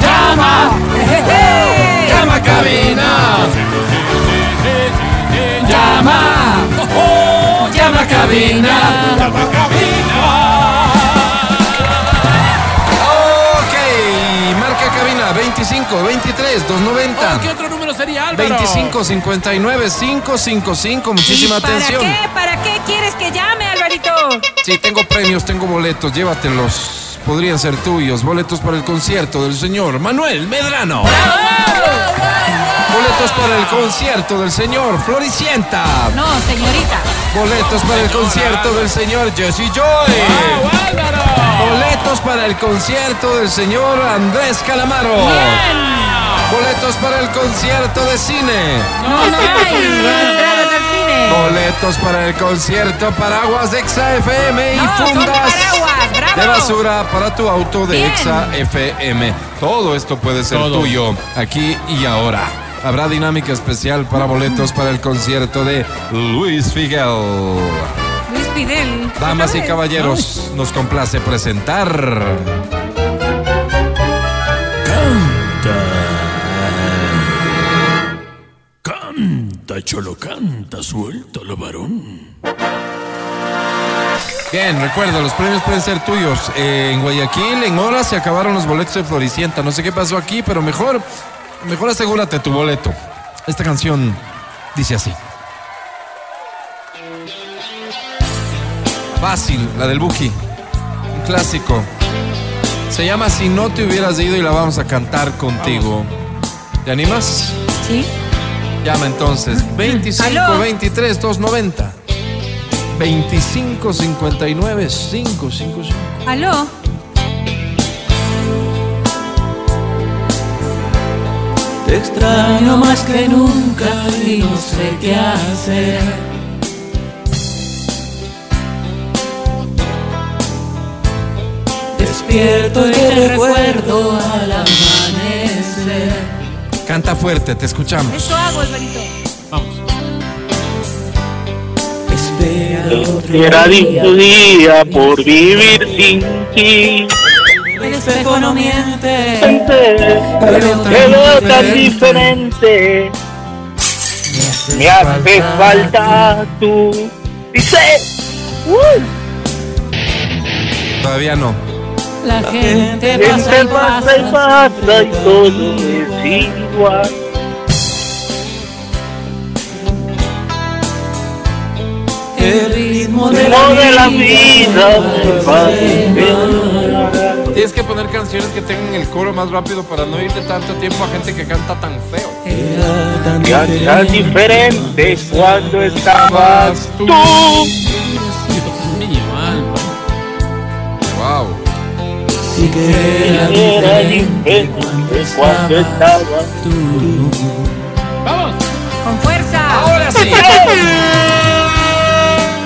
Llama, llama a cabina. Llama, oh, llama a cabina. Llama Ok, marca cabina 25 23 290 ¿Qué otro número sería Álvaro? 25 59 555. Muchísima ¿Y para atención. qué? ¿Para qué quieres que llame, Alvarito? Sí, tengo premios, tengo boletos, llévatelos. Podrían ser tuyos. Boletos para el concierto del señor Manuel Medrano. Boletos para el concierto del señor Floricienta. No, señorita. Boletos para el concierto del señor Jesse Joy. ¡Wow, Álvaro! Boletos para el concierto del señor Andrés Calamaro. Boletos para el concierto de cine. No, no hay entradas al cine. Boletos para el concierto Paraguas de Exa FM y No, son fundas paraguas, bravo. de basura para tu auto de Bien. Exa FM. Todo esto puede ser Todo. tuyo aquí y ahora. Habrá dinámica especial para boletos para el concierto de Luis Figuel. Luis Fidel. Damas y caballeros, nos complace presentar. Canta, cholo, canta, suéltalo, varón. Bien, recuerda, los premios pueden ser tuyos. Eh, en Guayaquil, en horas, se acabaron los boletos de Floricienta. No sé qué pasó aquí, pero mejor, mejor asegúrate tu boleto. Esta canción dice así. Fácil, la del Buki. Un clásico. Se llama Si no te hubieras ido y la vamos a cantar contigo. ¿Te animas? Sí. Llama entonces 25 Aló. 23 290 25 59 555 Aló. Te extraño más que nunca y no sé qué hacer. Despierto y te recuerdo al amanecer. Canta fuerte, te escuchamos. Eso hago, Alvarito. Vamos. Espera otro Era tu día. día por vivir sin ti. El espejo no miente. Te Pero veo tan diferente. Me hace falta tú. Dice. Todavía no. La gente pasa Entre y pasa y pasa. pasa y todo es igual. El ritmo de Lo de la vida se va va. Tienes que poner canciones que tengan el coro más rápido para no irle tanto tiempo a gente que canta tan feo. Era tan Ya tan diferente. diferente cuando estabas tú. Dios mío, Álvaro. Wow. Si que era Era diferente cuando diferente cuando estaba estabas tú. ¡Vamos! Con fuerza. Ahora sí.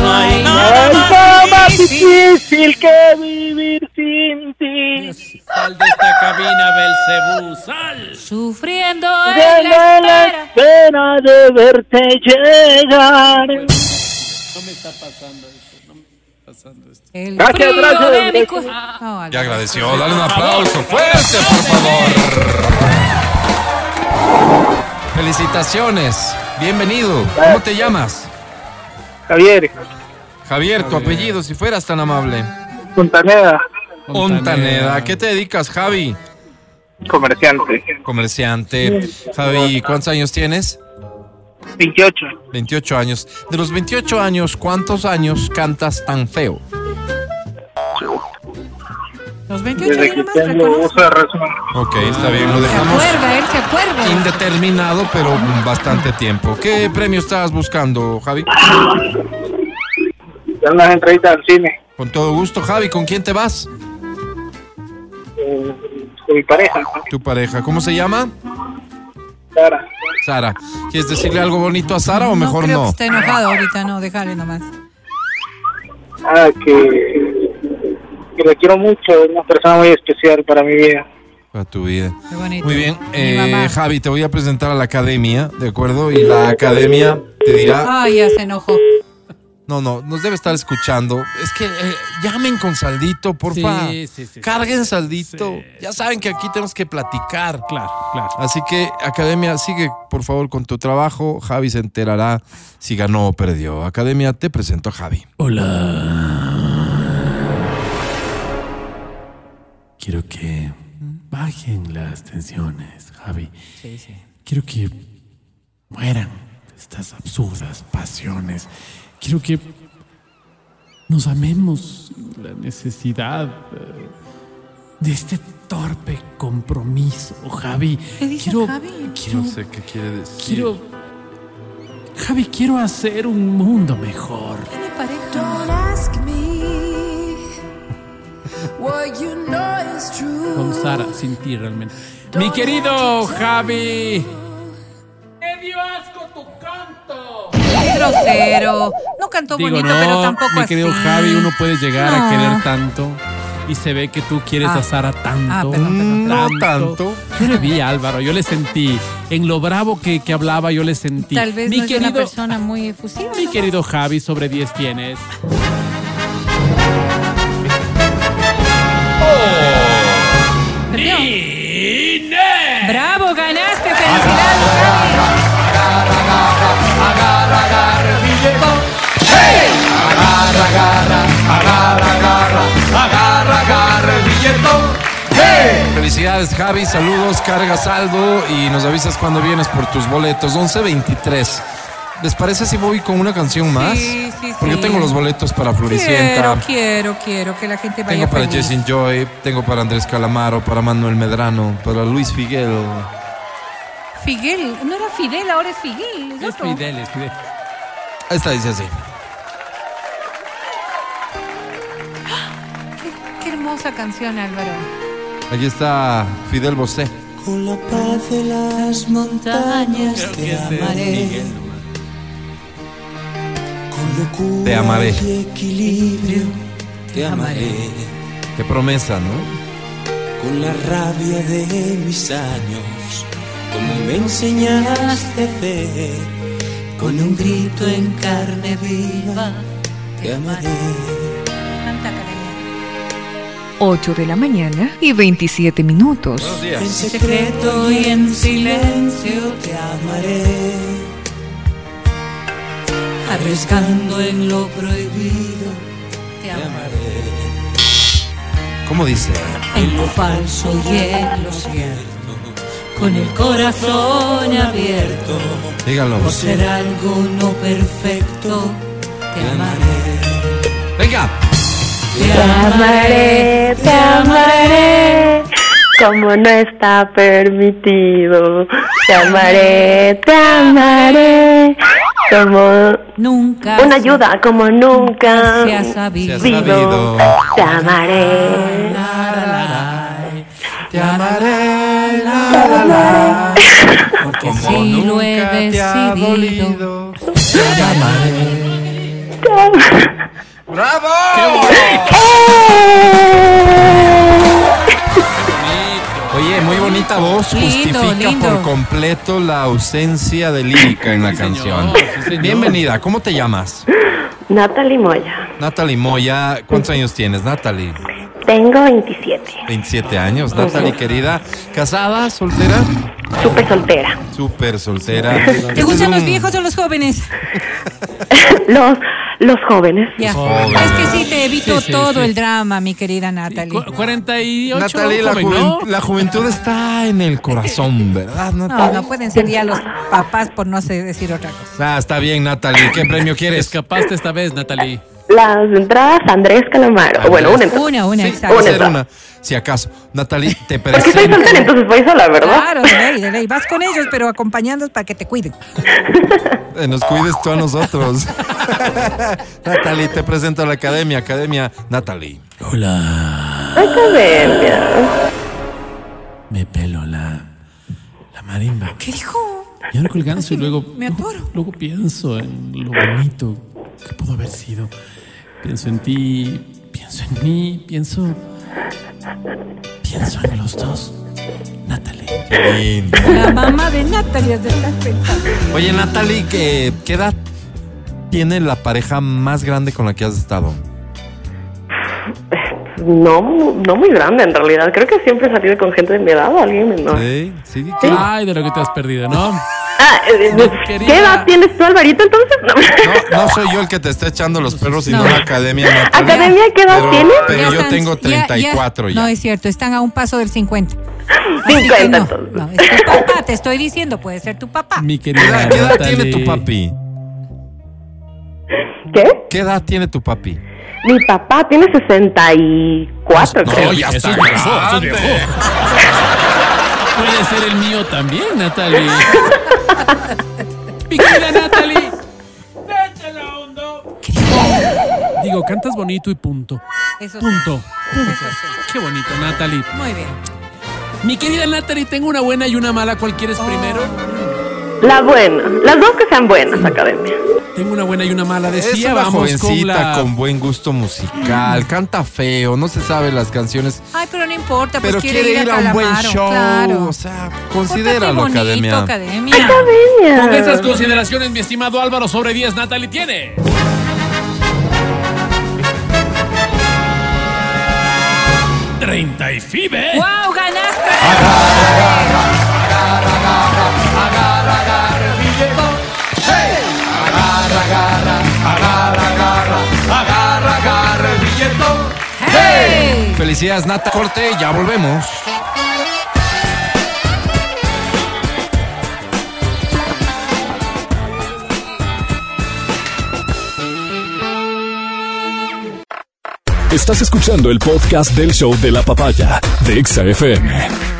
No hay No nada hay más. nada más difícil que vivir sin ti. Sal de esta cabina, Belcebú, sal. Sufriendo De en la la la espera. espera de verte llegar. No me está pasando esto, no me está pasando esto. El Gracias, frío gracias, de mi gracias. cu- Ah, No, Alvarito. Ya agradeció. Dale un aplauso fuerte, por favor. Felicitaciones. Bienvenido. ¿Cómo te llamas? Javier, Javier, tu apellido, si fueras tan amable. Fontaneda, Ontaneda, ¿a qué te dedicas, Javi? comerciante. Comerciante. Javi, ¿cuántos años tienes? 28. 28 años. De los 28 años, ¿cuántos años cantas tan feo? Los 28 Desde que años más tengo reconozco. uso de razón. Ok, está bien, lo Se dejamos acuerda, él se acuerda. indeterminado, pero bastante tiempo. ¿Qué premio estabas buscando, Javi? Dan las entrevistas al cine Con todo gusto, Javi, ¿con quién te vas? eh, con mi pareja, Tu pareja, ¿cómo se llama? Sara. Sara. ¿Quieres decirle algo bonito a Sara o mejor creo que no? esté enojado ahorita, no, déjale nomás. Ah, que, que la quiero mucho, es una persona muy especial para mi vida. Para tu vida. Qué bonito. Muy bien, Mi eh, mamá. Javi, te voy a presentar a la academia, ¿de acuerdo? Y la academia te dirá Ay, ya se enojó. No, no, nos debe estar escuchando. Es que eh, llamen con Saldito, porfa. Sí, sí, sí. Carguen Saldito. Sí. Ya saben que aquí tenemos que platicar. Claro, claro. Así que, Academia, sigue por favor con tu trabajo. Javi se enterará si ganó o perdió. Academia, te presento a Javi. Hola. Quiero que bajen las tensiones, Javi. Sí, sí. Quiero que mueran estas absurdas pasiones. Quiero que nos amemos sin la necesidad eh, de este torpe compromiso, Javi. ¿Qué dice quiero, Javi? Quiero, qué quiere decir. quiero, Javi, quiero hacer un mundo mejor. Tiene pareja. Don't ask me what you know is true. con Sara, sin ti realmente. Mi querido Javi. Qué grosero. No cantó Digo, bonito, no, pero tampoco mi querido así. Javi, uno puede llegar No. a querer tanto y se ve que tú quieres Ah. a Sara tanto. Ah, perdón, perdón, No tanto. Yo le vi, Álvaro, yo le sentí. En lo bravo que, que hablaba, yo le sentí. Tal vez mi no es querido, una persona muy efusiva. Mi ¿no? querido Javi, sobre 10 tienes. Perdió. ¡Bravo! ¡Ganaste! Ah, ¡Felicidades! Javi. Felicidades, Javi. Saludos, carga saldo y nos avisas cuando vienes por tus boletos. 11.23. ¿Les parece si voy con una canción más? Sí, sí, Porque sí. tengo los boletos para Floricienta. Quiero, quiero, quiero que la gente vaya Tengo para feliz. Jason Joy, tengo para Andrés Calamaro, para Manuel Medrano, para Luis Figuel. Figuel, no era Fidel, ahora es Figuel. Es Es otro. Fidel, es Fidel. Esta dice así. Qué, qué hermosa canción, Álvaro. Aquí está Fidel Bosé. Con la paz de las montañas Creo que te este es amaré, Miguel. con locura Te amaré. y equilibrio te amaré, Qué promesa, ¿no? con la rabia de mis años, como me enseñaste fe, con un grito en carne viva te amaré. Canta, Karen. 8 de la mañana y 27 minutos. Buenos días. En secreto y en silencio te amaré, arriesgando en lo prohibido Te te amo. amaré, ¿Cómo dice? en lo falso y en lo cierto, con el corazón abierto, Díganlo. por ser algo no perfecto, te amaré, Venga. te amaré, te amaré, como no está permitido. Te amaré, te amaré, como Nunca. una ayuda, como nunca. Se ha Se ha sabido. sabido. Te amaré. Te amaré. la, la, la, Porque como sí lo he nunca te ha decidido. dolido. Te amaré. ¡Bravo! Oye, muy bonita voz Lindo, justifica lindo. por completo la ausencia de lírica en la canción. Bienvenida, ¿cómo te llamas? Natalie Moya, Natalie Moya, ¿cuántos años tienes, Natalie? tengo 27, 27 años, Natalie querida. ¿Casada, soltera? súper soltera. Súper soltera. Este ¿Te es gustan un- Mm. los viejos o los jóvenes? Los, los jóvenes. Ya. jóvenes. Es que sí, te evito Sí, sí, todo sí. el drama, mi querida Natalie. Cu- 48, Natalie, la, joven, ¿no? juven- la juventud está en el corazón, ¿verdad, No, Natalie? no pueden ser ya los papás por no sé decir otra cosa. Ah, está bien, Natalie. ¿Qué premio quieres? Escapaste esta vez, Natalie. Las entradas Andrés Calamaro. Bueno, una entrada. Una, una, Sí, exacto. puede ser Una. una, si acaso. Natalie, te Porque soy soltera, presento. entonces voy sola, ¿verdad? Claro, de ley, de ley. Vas con ellos, pero acompañándolos para que te cuiden. Eh, Nos cuides tú a nosotros. Natalie, te presento a la academia. Academia, Natalie. Academia. Me pelo la, Ah, la marimba. ¿Qué dijo? Y ahora colganzo y luego. Me atoro. Luego, luego pienso en lo bonito que pudo haber sido. Pienso en ti, pienso en mí, pienso. Pienso en los dos. Natalie. Qué lindo. La mamá de Natalia es de estas Oye, Natalie, ¿qué, qué edad? tiene la pareja más grande con la que has estado? No, no muy grande en realidad. Creo que siempre he salido con gente de mi edad o alguien menor. Sí, sí. Ah, ¿quién? Ay, de lo que te has perdido, ¿no? Ah, eh, Mi eh, querida- ¿qué edad tienes tú, Alvarito, entonces? No. No, no soy yo el que te está echando los perros, sino No. la academia. Natalia. ¿Academia qué edad Pero- tienes? Pero Ya yo están- tengo ya- ya- 34 ya. No es cierto, están a un paso del 50. Así que 50 no, entonces. no, es tu papá, te estoy diciendo, puede ser tu papá. Mi ¿Qué querida. edad, qué edad Natalie. tiene tu papi? ¿Qué? ¿Qué edad tiene tu papi? Mi papá tiene 64, No, creo. ya Eso está es viejo, eso es grande. viejo. Puede ser el mío también, Natalie. Mi querida Natalie. Digo, cantas bonito y punto. Eso sí. Punto. Qué bonito, Natalie. Muy bien. Mi querida Natalie, tengo una buena y una mala. ¿Cuál quieres primero? La buena. Las dos que sean buenas, academia. Tengo una buena y una mala. Es Decía, una vamos con jovencita la... con buen gusto musical, canta feo, no se sabe las canciones, Ay, pero no importa, pues pero quiere ir a un buen Calamaro, show. Claro. O sea, Pórtate considéralo, bonito, academia. academia. Con esas consideraciones, mi estimado Álvaro, sobre 10, Natalie tiene. ¡30 y FIBE! ¡Wow, ganaste! ¡Hey! Felicidades, Nata Corte, ya volvemos. Estás escuchando el podcast del show de la papaya de Exa FM.